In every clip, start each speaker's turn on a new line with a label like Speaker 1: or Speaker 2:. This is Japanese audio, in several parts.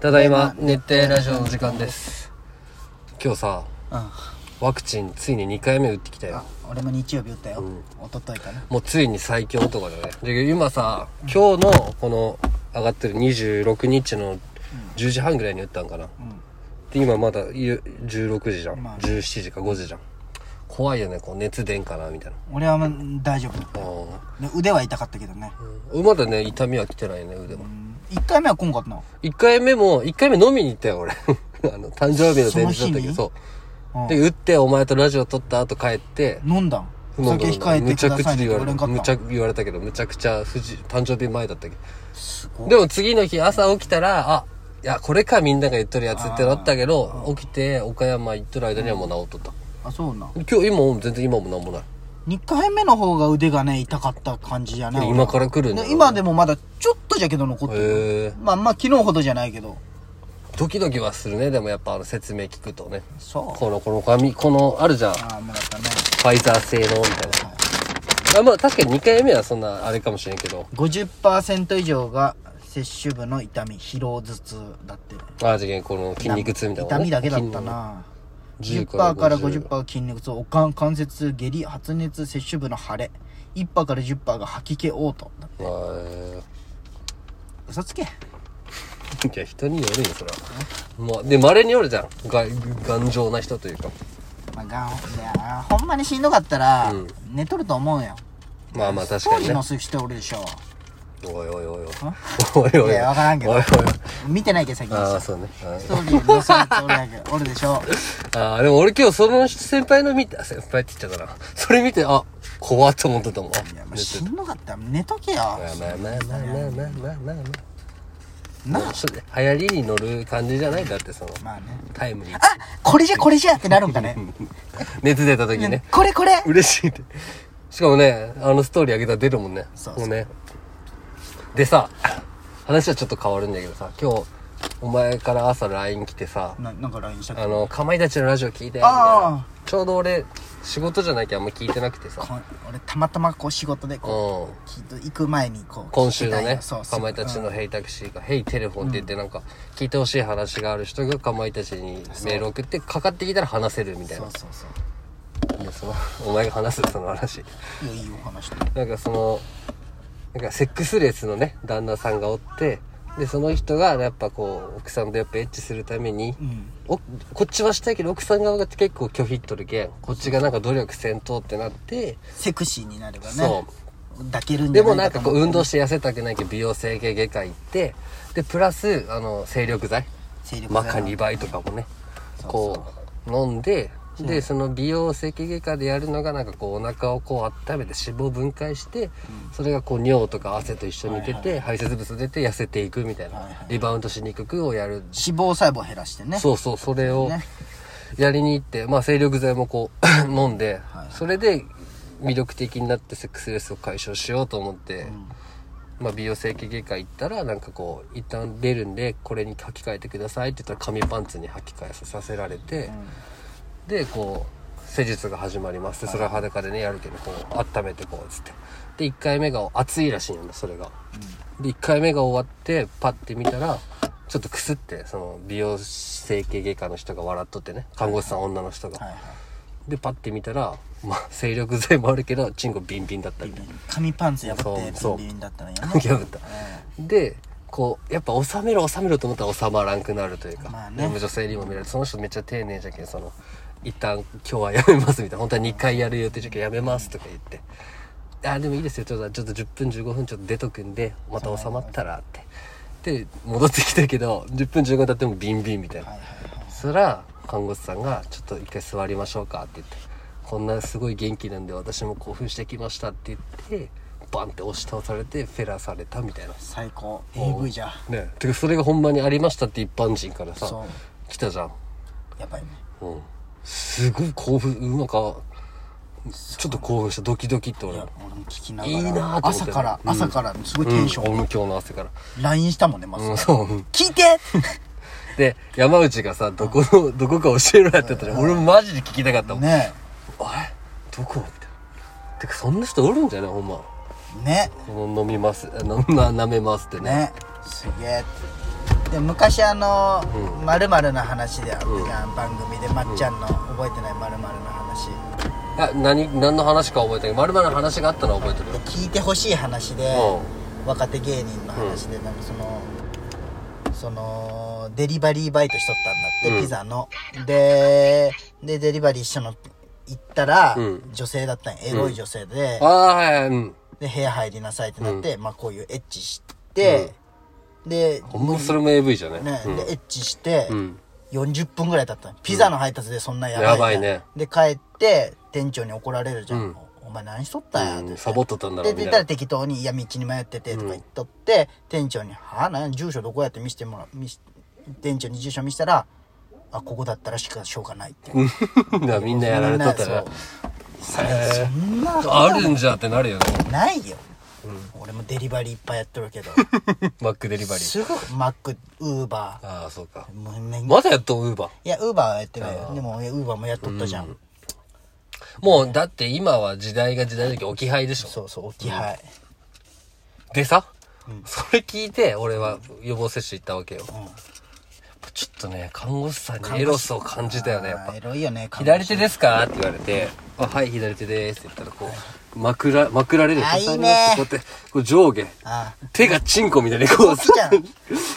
Speaker 1: ただいま熱帯ラジオの時間です今日さ
Speaker 2: うん
Speaker 1: ワクチンついに2回目打ってきたよ
Speaker 2: あ俺も日曜日打ったよ、一昨日かな
Speaker 1: もうついに最強とかだねで今さ今日のこの上がってる26日の10時半ぐらいに打ったんかな、で今まだゆ16時じゃん、
Speaker 2: まあね
Speaker 1: 17時か5時じゃん怖いよねこう熱出んかなみたいな
Speaker 2: 俺はまあ大丈夫だった
Speaker 1: あ
Speaker 2: よ
Speaker 1: ー
Speaker 2: で腕は痛かったけどね、
Speaker 1: うんまだね痛みは来てないね腕は、
Speaker 2: 一1回目は来んかったの
Speaker 1: 一回目も、一回目飲みに行ったよ、俺。 あの、誕生日の前日だったけど、
Speaker 2: そ
Speaker 1: そ
Speaker 2: うん
Speaker 1: う。で、打って、お前とラジオ撮った後帰って、
Speaker 2: 飲んだんお
Speaker 1: 飲ん
Speaker 2: 酒
Speaker 1: だ
Speaker 2: 控えて
Speaker 1: むち
Speaker 2: く
Speaker 1: ゃ
Speaker 2: だ
Speaker 1: くち
Speaker 2: さ
Speaker 1: ゃ
Speaker 2: いねって
Speaker 1: 言われ
Speaker 2: 言われん
Speaker 1: た。
Speaker 2: かっ
Speaker 1: むち
Speaker 2: た
Speaker 1: ゃく言われたけど、むちゃくちゃ、藤誕生日前だったけど。
Speaker 2: すごい
Speaker 1: でも次の日、朝起きたら、あ、いや、これかみんなが言っとるやつってなったけど、起きて、岡山行っとる間にはもう治っとった。
Speaker 2: あそうな
Speaker 1: 今日、今もう全然今もなんもない。
Speaker 2: 2回目の方が腕がね痛かった感じやね
Speaker 1: 今
Speaker 2: 俺は
Speaker 1: から来るんだ
Speaker 2: で今でもまだちょっとじゃけど残ってる
Speaker 1: へえ。
Speaker 2: まあまあ昨日ほどじゃないけど
Speaker 1: ドキドキはするね、でもやっぱあの説明聞くとね。
Speaker 2: そう
Speaker 1: この、この紙、この、あるじゃん。
Speaker 2: ああもらったね
Speaker 1: ファイザー製のみたいな。あまあ確かに2回目はそんなあれかもしれんけど。
Speaker 2: 50%以上が接種部の痛み疲労頭痛だって
Speaker 1: ああ、じゃあこの筋肉痛みたいな
Speaker 2: 痛
Speaker 1: ね、
Speaker 2: みだけだったな
Speaker 1: 筋
Speaker 2: 10%
Speaker 1: 肉10
Speaker 2: から50%が筋肉痛おかん関節下痢発熱接種部の腫れ1%から10%が吐き気嘔吐
Speaker 1: 筋肉。あー
Speaker 2: 嘘つけ
Speaker 1: いや、人によるよ、それは。まあ、で、稀によるじゃん。が頑丈な人というか。
Speaker 2: まあ、がんいやほんまにしんどかったら、
Speaker 1: うん
Speaker 2: 寝とると思うよ
Speaker 1: まあまあ確か
Speaker 2: 当
Speaker 1: に
Speaker 2: 時
Speaker 1: ね。
Speaker 2: のしておるでしょ
Speaker 1: おいおいおいおい。おいおいおい。
Speaker 2: いやわからんけど
Speaker 1: おいおい
Speaker 2: 見てないけど最近
Speaker 1: ああ、そうね。あ
Speaker 2: 当時のスーツおるやけおるでし ょ
Speaker 1: ーあー、でも俺今日その先輩の見て、あ先輩って言っちゃったな。それ見て、あ、怖っと思ってたもん。あ
Speaker 2: いやまあ
Speaker 1: 寝て
Speaker 2: したんどかったら寝とけよ
Speaker 1: まあまあまあまあまあまあまあまあまあ。
Speaker 2: な
Speaker 1: もうそれ流行りに乗る感じじゃないだってその
Speaker 2: まあね
Speaker 1: タイムに
Speaker 2: あこれじゃこれじゃってなるんか ね
Speaker 1: 熱出た時ね
Speaker 2: これこれ
Speaker 1: 嬉しいってしかもねあのストーリー上げたら出るもんね
Speaker 2: そう
Speaker 1: もうねでさ話はちょっと変わるんだけどさ今日お前から朝 LINE 来てさ
Speaker 2: ななんか LINE したっけ
Speaker 1: あのかまいたちのラジオ聞いて
Speaker 2: あ
Speaker 1: ちょうど俺仕事じゃなきゃあんま聞いてなくてさ
Speaker 2: こ俺たまたまこう仕事で
Speaker 1: う
Speaker 2: こ
Speaker 1: ん
Speaker 2: う聞いて行く前にこう
Speaker 1: 今週の
Speaker 2: 聞きたい
Speaker 1: ね
Speaker 2: よそう、
Speaker 1: かまいたちのヘイタクシーが、ヘイテレフォンって言ってなんか、聞いてほしい話がある人がかまいたちにメール送って、かかってきたら話せるみたい
Speaker 2: そ
Speaker 1: な
Speaker 2: う。そうそう
Speaker 1: いや、その、お前が話すその話。
Speaker 2: いやいいお話だ
Speaker 1: なんかその、なんかセックスレスのね、旦那さんがおって、で、その人が、やっぱこう、奥さんとやっぱエッチするために、
Speaker 2: うん
Speaker 1: おこっちはしたいけど、奥さん側が結構拒否っとるけん、こっちがなんか努力せんとってなって、
Speaker 2: セクシーになればね
Speaker 1: そう
Speaker 2: 抱けるんじ
Speaker 1: で
Speaker 2: ゃな
Speaker 1: も
Speaker 2: い
Speaker 1: なんかこう
Speaker 2: と思
Speaker 1: 運動して痩せたくないけど美容整形外科行ってでプラスあの精力剤
Speaker 2: 精力剤
Speaker 1: マカ2倍とかもね
Speaker 2: そう
Speaker 1: こう飲んででその美容整形外科でやるのがなんかこうお腹をこう温めて脂肪分解してそれがこう尿とか汗と一緒に出て排泄物出て痩せていくみたい
Speaker 2: はいは
Speaker 1: ないリバウンドしにくくをやる
Speaker 2: 脂肪細胞減らしてね
Speaker 1: そうそうそれを
Speaker 2: ね
Speaker 1: やりに行ってまあ精力剤もこう 飲んでそれで魅力的になってセックスレスを解消しようと思ってまあ美容整形外科行ったらなんかこう一旦出るんでこれに履き替えてくださいって言ったら紙パンツに履き替えさせられてでこう施術が始まりますでそれは裸でねやるけどこう温めてこうっつってで1回目が熱いらしいんだそれが。で1回目が終わってパッて見たらちょっとくすってその美容整形外科の人が笑っとってね看護師さん女の人が、
Speaker 2: はいはい
Speaker 1: でパッて見たら、まあ、精力剤もあるけどチンコビンビンだったみたいな
Speaker 2: 紙パンツ破って
Speaker 1: そうそう
Speaker 2: ビンビンだったらや ね
Speaker 1: 破ったでこうやっぱ収めろ収めろと思ったら収まらんくなるというか、
Speaker 2: まあね
Speaker 1: でも女性にも見られてその人めっちゃ丁寧じゃけんその一旦今日はやめますみたいな本当は2回やる予定じゃけんやめますとか言って「あーでもいいですよちょっとちょっと10分15分ちょっと出とくんでまた収まったら」ってで戻ってきたけど10分15分経ってもビンビンみたいな、
Speaker 2: はいはいはい
Speaker 1: そしたら看護師さんが「ちょっと一回座りましょうか」って言って「こんなすごい元気なんで私も興奮してきました」って言ってバンって押し倒されてフェラされたみたいな
Speaker 2: 最高 AV じゃ
Speaker 1: ねてかそれがほんまにありましたって一般人からさ
Speaker 2: そう
Speaker 1: 来たじゃん
Speaker 2: やばいね
Speaker 1: うんすごい興奮うんなんかちょっと興奮したドキドキって俺
Speaker 2: いや
Speaker 1: も
Speaker 2: 俺も聞きなが
Speaker 1: い
Speaker 2: ら
Speaker 1: いなーって思って
Speaker 2: 朝から
Speaker 1: うん
Speaker 2: 朝からすごいテンシ
Speaker 1: うん
Speaker 2: ョン
Speaker 1: 俺も今日の朝から
Speaker 2: LINE したもんねまず
Speaker 1: うんそううん
Speaker 2: 聞いて
Speaker 1: で山内がさどこのどこか教えろやって言ったら俺もマジで聞きたかったもん
Speaker 2: ね
Speaker 1: あれどこみたいなてかそんな人おるんじゃないほんま
Speaker 2: ね
Speaker 1: この飲みますあのな舐めますってね
Speaker 2: ねすげえで昔あの
Speaker 1: う
Speaker 2: まるまるの話であった
Speaker 1: うん
Speaker 2: じゃん、番組でまっちゃんの覚えてないまるまるの話
Speaker 1: あ何何の話か覚えてるまるまるの話があったのは覚えてるよ
Speaker 2: 聞いてほしい話で
Speaker 1: う
Speaker 2: 若手芸人の話でなんかそのそのデリバリーバイトしとったんだって、
Speaker 1: うん
Speaker 2: ピザのででデリバリーしたの行ったら、
Speaker 1: うん
Speaker 2: 女性だったんやエロい女性で、
Speaker 1: ああはいはいうん
Speaker 2: で部屋入りなさいってなって、まあこういうエッチして、で
Speaker 1: ほんまそれも AV じゃね
Speaker 2: ね、
Speaker 1: うん
Speaker 2: でエッチして、
Speaker 1: うん
Speaker 2: 40分ぐらい経ったのピザの配達でそんなやばい,、
Speaker 1: やばいね
Speaker 2: で帰って店長に怒られるじゃん、
Speaker 1: うん
Speaker 2: お前何しとったんやって
Speaker 1: う
Speaker 2: 言
Speaker 1: ん
Speaker 2: って
Speaker 1: サボっとったんだろ
Speaker 2: で
Speaker 1: うみ
Speaker 2: 出
Speaker 1: たい
Speaker 2: たら
Speaker 1: な
Speaker 2: 適当に「いや道に迷ってて」とか言っとって、店長に「はあなん住所どこや?」って見せてもらう見し店長に住所見せたら「あここだったらしかしょうがない」って言う
Speaker 1: うんなみ んなやられとったら
Speaker 2: そうそんなこと
Speaker 1: あるんじゃってなるよね
Speaker 2: ないよ、俺もデリバリーいっぱいやってるけど
Speaker 1: マックデリバリー
Speaker 2: すごくマックウーバ
Speaker 1: ああそうか
Speaker 2: ーもうね
Speaker 1: まだやっとウーバー
Speaker 2: いやウーバーはやってないよでもウーバーもやっとったじゃん、
Speaker 1: もうだって今は時代が時代だけど置き配でしょ
Speaker 2: そうそう置き配、
Speaker 1: でさ、それ聞いて俺は予防接種行ったわけよ、やっぱちょっとね看護師さんにエロスを感じたよねやっ
Speaker 2: あ
Speaker 1: ぱ
Speaker 2: ーエロいよね
Speaker 1: 左手ですかって言われて、あ、はい、左手ですって言ったら、こう、まくら、まくられる。
Speaker 2: あいいね
Speaker 1: 支えられてこうやって、こう上下、
Speaker 2: あ
Speaker 1: 手がチンコみたいにこう、
Speaker 2: 好きじゃん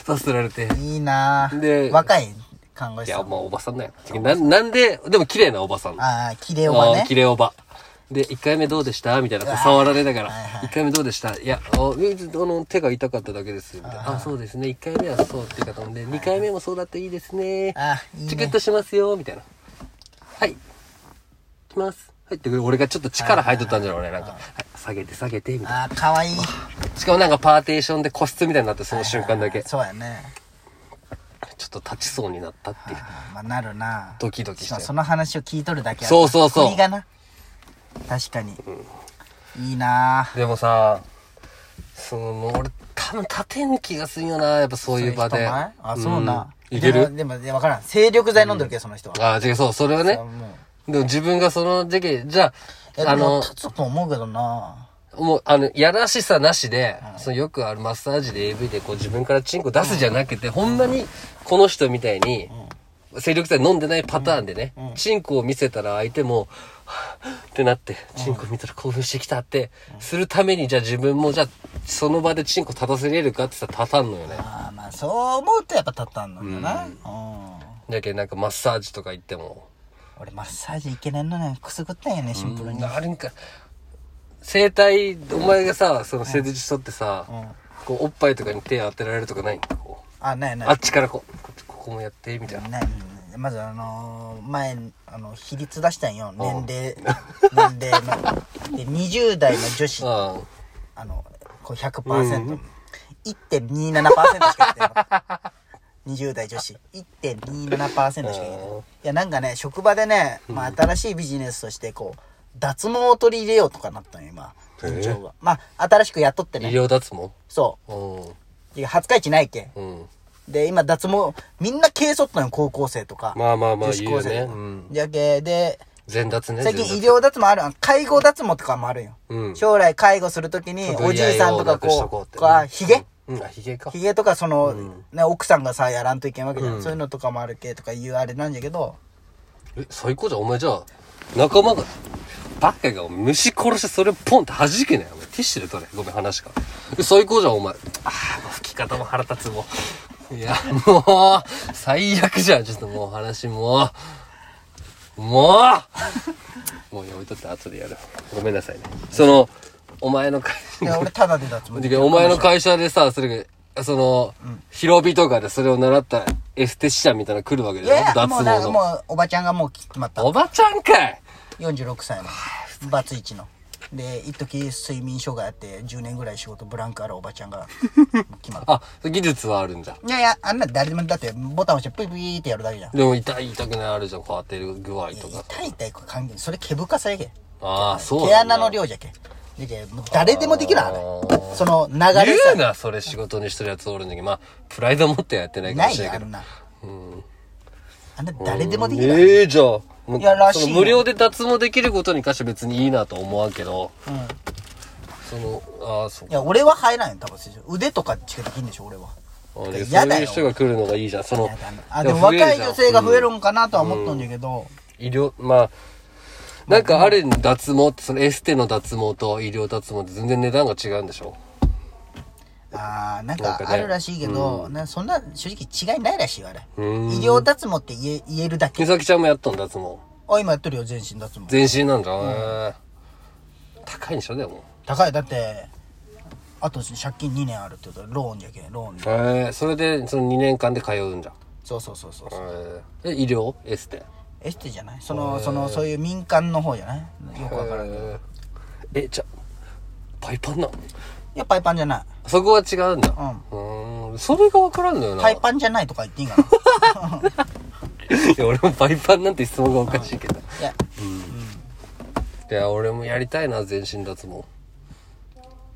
Speaker 1: させられて。
Speaker 2: いいなぁ
Speaker 1: で
Speaker 2: 若い看護
Speaker 1: い
Speaker 2: 師さ
Speaker 1: や、
Speaker 2: ん
Speaker 1: まあおばさんだよ。ななんで、でも綺麗なおばさん。
Speaker 2: ああ綺麗おば
Speaker 1: あ
Speaker 2: ね
Speaker 1: ー綺麗おば。で、1回目どうでしたみたいな、こう触られながら、1回目どうでしたいや、あーあの、手が痛かっただけです。みたいなあ、そうですね。1回目はそうっていう方もんで、2回目もそうだっていいですね。
Speaker 2: あいいね
Speaker 1: チクッとしますよ、みたいな。はい。きます。はい。って、俺がちょっと力入っとったんじゃろうね。なんか、はい下げて下げて、みたい
Speaker 2: ああ可愛い
Speaker 1: な。しかもなんかパーテーションで個室みたいになって、その瞬間だけ。ちょ
Speaker 2: そうやね
Speaker 1: っと立ちそうになったっていう。
Speaker 2: まあなるなぁ
Speaker 1: ドキドキし
Speaker 2: したかも
Speaker 1: よ
Speaker 2: その話を聞いとるだけある
Speaker 1: そうそうそう
Speaker 2: 振りがな確かに、いいなぁ
Speaker 1: でもさ、その、俺、多分立てん気がするよな、やっぱそういう場で。
Speaker 2: 人前あそうな、
Speaker 1: うんいける
Speaker 2: でもでも分からん精力剤飲んでるけど、その人は
Speaker 1: ああ、違う、そう、それはね。
Speaker 2: も
Speaker 1: でも自分がその時期、じゃ
Speaker 2: う
Speaker 1: あ、あ
Speaker 2: あの
Speaker 1: の、
Speaker 2: 立つと思うけどな
Speaker 1: もう、あの、やらしさなしで、そのよくあるマッサージで AV でこう自分からチンコ出すじゃなくて、ほんまに、この人みたいに、精力剤飲んでないパターンでね、チンコを見せたら相手も、はぁってなって、チンコ見たら興奮してきたって、するために、じゃあ自分も、じゃあ、その場でチンコ立たせれるかって言ったら立たんのよね。
Speaker 2: あーまあそう思うとやっぱ立ったんだな、うん
Speaker 1: だけどなんかマッサージとか行っても、
Speaker 2: 俺マッサージいけないのねくすぐったんよねシンプルに、
Speaker 1: なんか、生体、お前がさ、その施術しとってさ、こう、おっぱいとかに手当てられるとかないこう
Speaker 2: あないな い
Speaker 1: あっちからこう、こここもやって、みたいな。
Speaker 2: ねまずあのー前あの比率出したんよ年齢年齢ので20代の女子
Speaker 1: うん。
Speaker 2: あのこう100%、1.27%しか言ってなかった20代女子1.27%しか言えないいやなんかね職場でね、まあ、新しいビジネスとしてこう脱毛を取り入れようとかなったのよ今店長がまあ新しく雇って
Speaker 1: 医
Speaker 2: ね
Speaker 1: 療脱毛
Speaker 2: そうういや20日市ないけん
Speaker 1: ん。うん。
Speaker 2: で今脱毛みんな軽率なの高校生とか
Speaker 1: まあまあまあ、
Speaker 2: 女
Speaker 1: いい
Speaker 2: 子
Speaker 1: よ
Speaker 2: 高生
Speaker 1: ね。
Speaker 2: と
Speaker 1: う
Speaker 2: か
Speaker 1: ん。
Speaker 2: じゃけで
Speaker 1: 全脱ね。
Speaker 2: 最近
Speaker 1: 全
Speaker 2: 医
Speaker 1: 脱
Speaker 2: 療脱毛あるあ介護脱毛とかもあるよ、
Speaker 1: うん
Speaker 2: 将来介護するときに
Speaker 1: ちょっと
Speaker 2: おじいさんと
Speaker 1: 嫌いを
Speaker 2: か
Speaker 1: なくしとこう
Speaker 2: こ
Speaker 1: って
Speaker 2: うかひげ
Speaker 1: うん、あ、ヒゲか
Speaker 2: ひ。げとかその、ね、奥さんがさやらんといけんわけじゃん、そういうのとかもあるけとかいうあれなんじゃ けど
Speaker 1: え、最高じゃん。お前じゃあ、仲間が、バカが、虫殺してそれポンって弾けなよ。お前ティッシュで取れ。ごめん、話が。え最高じゃん、お前。ああ、もう吹き方も腹立つもう。いや、もう、最悪じゃん。ちょっともう話もう。もうもうやめとって後でやる。ごめんなさいね。その、お前の会
Speaker 2: い や俺ただで脱毛
Speaker 1: でお前の会社でさ、それが、その、広火とかでそれを習ったエステシャンみたいなの来るわけ
Speaker 2: い
Speaker 1: じゃ
Speaker 2: や
Speaker 1: ん
Speaker 2: いや
Speaker 1: 脱
Speaker 2: もう
Speaker 1: 毛
Speaker 2: なんかも
Speaker 1: の。
Speaker 2: うおばちゃんがもう決まった
Speaker 1: おばちゃんかい
Speaker 2: 46歳のバツイチので一時睡眠障害あって10年ぐらい仕事ブランクあるおばちゃんが決 まった
Speaker 1: あ、技術はあるんじゃん。
Speaker 2: いやいやあんな誰でもだってボタン押してプイプイってやるだけじゃん
Speaker 1: でも痛い痛くないあるじゃん、こう当てる具合とか。
Speaker 2: 痛い痛いこれ関係ないそれ毛深さやけん
Speaker 1: ああ、そう
Speaker 2: 毛
Speaker 1: なんだ
Speaker 2: 穴の量じゃけんでけんもう誰でもできるあれ
Speaker 1: ー
Speaker 2: その流
Speaker 1: 言
Speaker 2: れ
Speaker 1: う
Speaker 2: さ
Speaker 1: な、それ仕事にしてるやつおるんだけど、まあ、プライド持ってやってないかも
Speaker 2: な
Speaker 1: し
Speaker 2: い
Speaker 1: れない
Speaker 2: よあ
Speaker 1: け
Speaker 2: ん
Speaker 1: ど。
Speaker 2: なあんな誰でもできる
Speaker 1: ええじゃあ、もう
Speaker 2: いやらしいよ
Speaker 1: その無料で脱毛できることに関して別にいいなと思わんけど、
Speaker 2: うんい
Speaker 1: その、ああ、そう
Speaker 2: や俺は入らんよ多分先生腕とかしかできんでしょ俺は
Speaker 1: ああでそ
Speaker 2: 嫌
Speaker 1: う
Speaker 2: だ
Speaker 1: い
Speaker 2: よ
Speaker 1: う人が来るのがいいじゃんその
Speaker 2: やだなあでも若い女性が増えるんかなとは思ったんだけど、
Speaker 1: 医療まあなんかあるの脱毛ってそのエステの脱毛と医療脱毛って全然値段が違うんでしょ
Speaker 2: あーなん
Speaker 1: なん
Speaker 2: か
Speaker 1: かね
Speaker 2: あるらしいけど、なそんな正直違いないらしいよあれ、
Speaker 1: うん
Speaker 2: 医療脱毛って言え言えるだけ
Speaker 1: 美咲ちゃんもやったん脱毛
Speaker 2: あ今やってるよ全身脱毛
Speaker 1: 全身なんだ、へー高いんでしょでも
Speaker 2: 高いだってあと借金2年あるってことローンじゃけんローンで
Speaker 1: へえそれでその2年間で通うんじゃん
Speaker 2: そうそうそうそう
Speaker 1: へええ医療エステ
Speaker 2: エステじゃないそのそのそういう民間の方じゃないよくわからんけどい
Speaker 1: えじゃパイパンなの
Speaker 2: やパイパンじゃない
Speaker 1: そこは違うんだ
Speaker 2: うん
Speaker 1: うーんそれが分からんのよな
Speaker 2: パイパンじゃないとか言っていいんかな
Speaker 1: いや俺もパイパンなんて質問がおかしいけど
Speaker 2: いや
Speaker 1: いや俺もやりたいな全身脱毛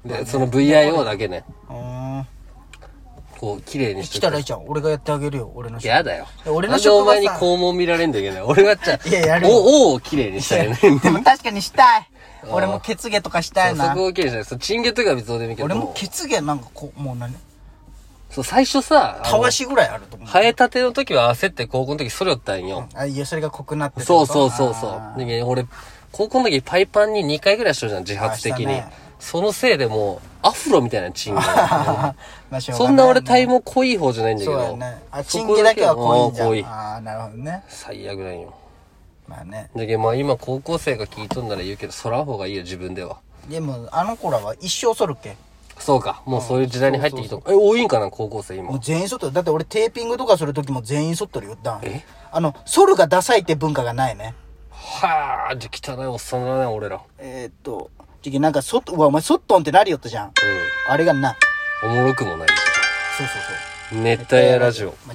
Speaker 1: でその VIO だけね
Speaker 2: うーん
Speaker 1: こう綺麗にし
Speaker 2: 来
Speaker 1: と
Speaker 2: たらいいじゃん俺がやってあげるよ俺の
Speaker 1: やだよ
Speaker 2: いや俺の
Speaker 1: なんで
Speaker 2: 職場
Speaker 1: お前に
Speaker 2: さ
Speaker 1: 肛門見られんといけない俺がじゃあ
Speaker 2: いややるよ
Speaker 1: おおを綺麗にしたいね
Speaker 2: でも確かにしたい俺も血芸とかしたい
Speaker 1: そ
Speaker 2: な
Speaker 1: こを綺麗にしたいそうチンゲとか別にどうでもいいけど
Speaker 2: 俺も血芸なんかこうもう何
Speaker 1: そう最初さあの
Speaker 2: たわしぐらいあると思う
Speaker 1: 生えたての時は焦って高校の時それよったんよ、
Speaker 2: あいやそれが濃くなってって
Speaker 1: そ
Speaker 2: こ
Speaker 1: う
Speaker 2: と
Speaker 1: そうそうそ
Speaker 2: あ
Speaker 1: うで俺高校の時パイパンに2回ぐらいしとるじゃん自
Speaker 2: あ
Speaker 1: 発
Speaker 2: した
Speaker 1: 的に、
Speaker 2: ね
Speaker 1: そのせいでもうアフロみたいなチ ンゲ
Speaker 2: ーまあしょうが
Speaker 1: そんな俺
Speaker 2: い
Speaker 1: 体毛濃い方じゃないんだけ
Speaker 2: そう
Speaker 1: ど
Speaker 2: だよねあチンゲだけは濃いんじゃ
Speaker 1: そこ
Speaker 2: ん
Speaker 1: だけは
Speaker 2: ああーなるほどね
Speaker 1: 最悪なんよ
Speaker 2: まあね
Speaker 1: だけどまあ今高校生が聞いとんなら言うけどそらん方がいいよ自分では
Speaker 2: でもあの子らは一生剃るっけ
Speaker 1: そうかもうそういう時代に入ってきたえ多いんかな高校生
Speaker 2: も
Speaker 1: 今
Speaker 2: う全員剃ってるだって俺テーピングとかする時も全員剃ってるよダン
Speaker 1: え
Speaker 2: あの剃るがダサいって文化がないね
Speaker 1: はあじゃあ汚いおっさんだね俺ら
Speaker 2: えー、っと次なんか剃っうわお前剃っとんってなりよったじゃんあれがない
Speaker 1: うんおもろくもない
Speaker 2: そうそうそう
Speaker 1: 熱帯夜ラジオ
Speaker 2: ま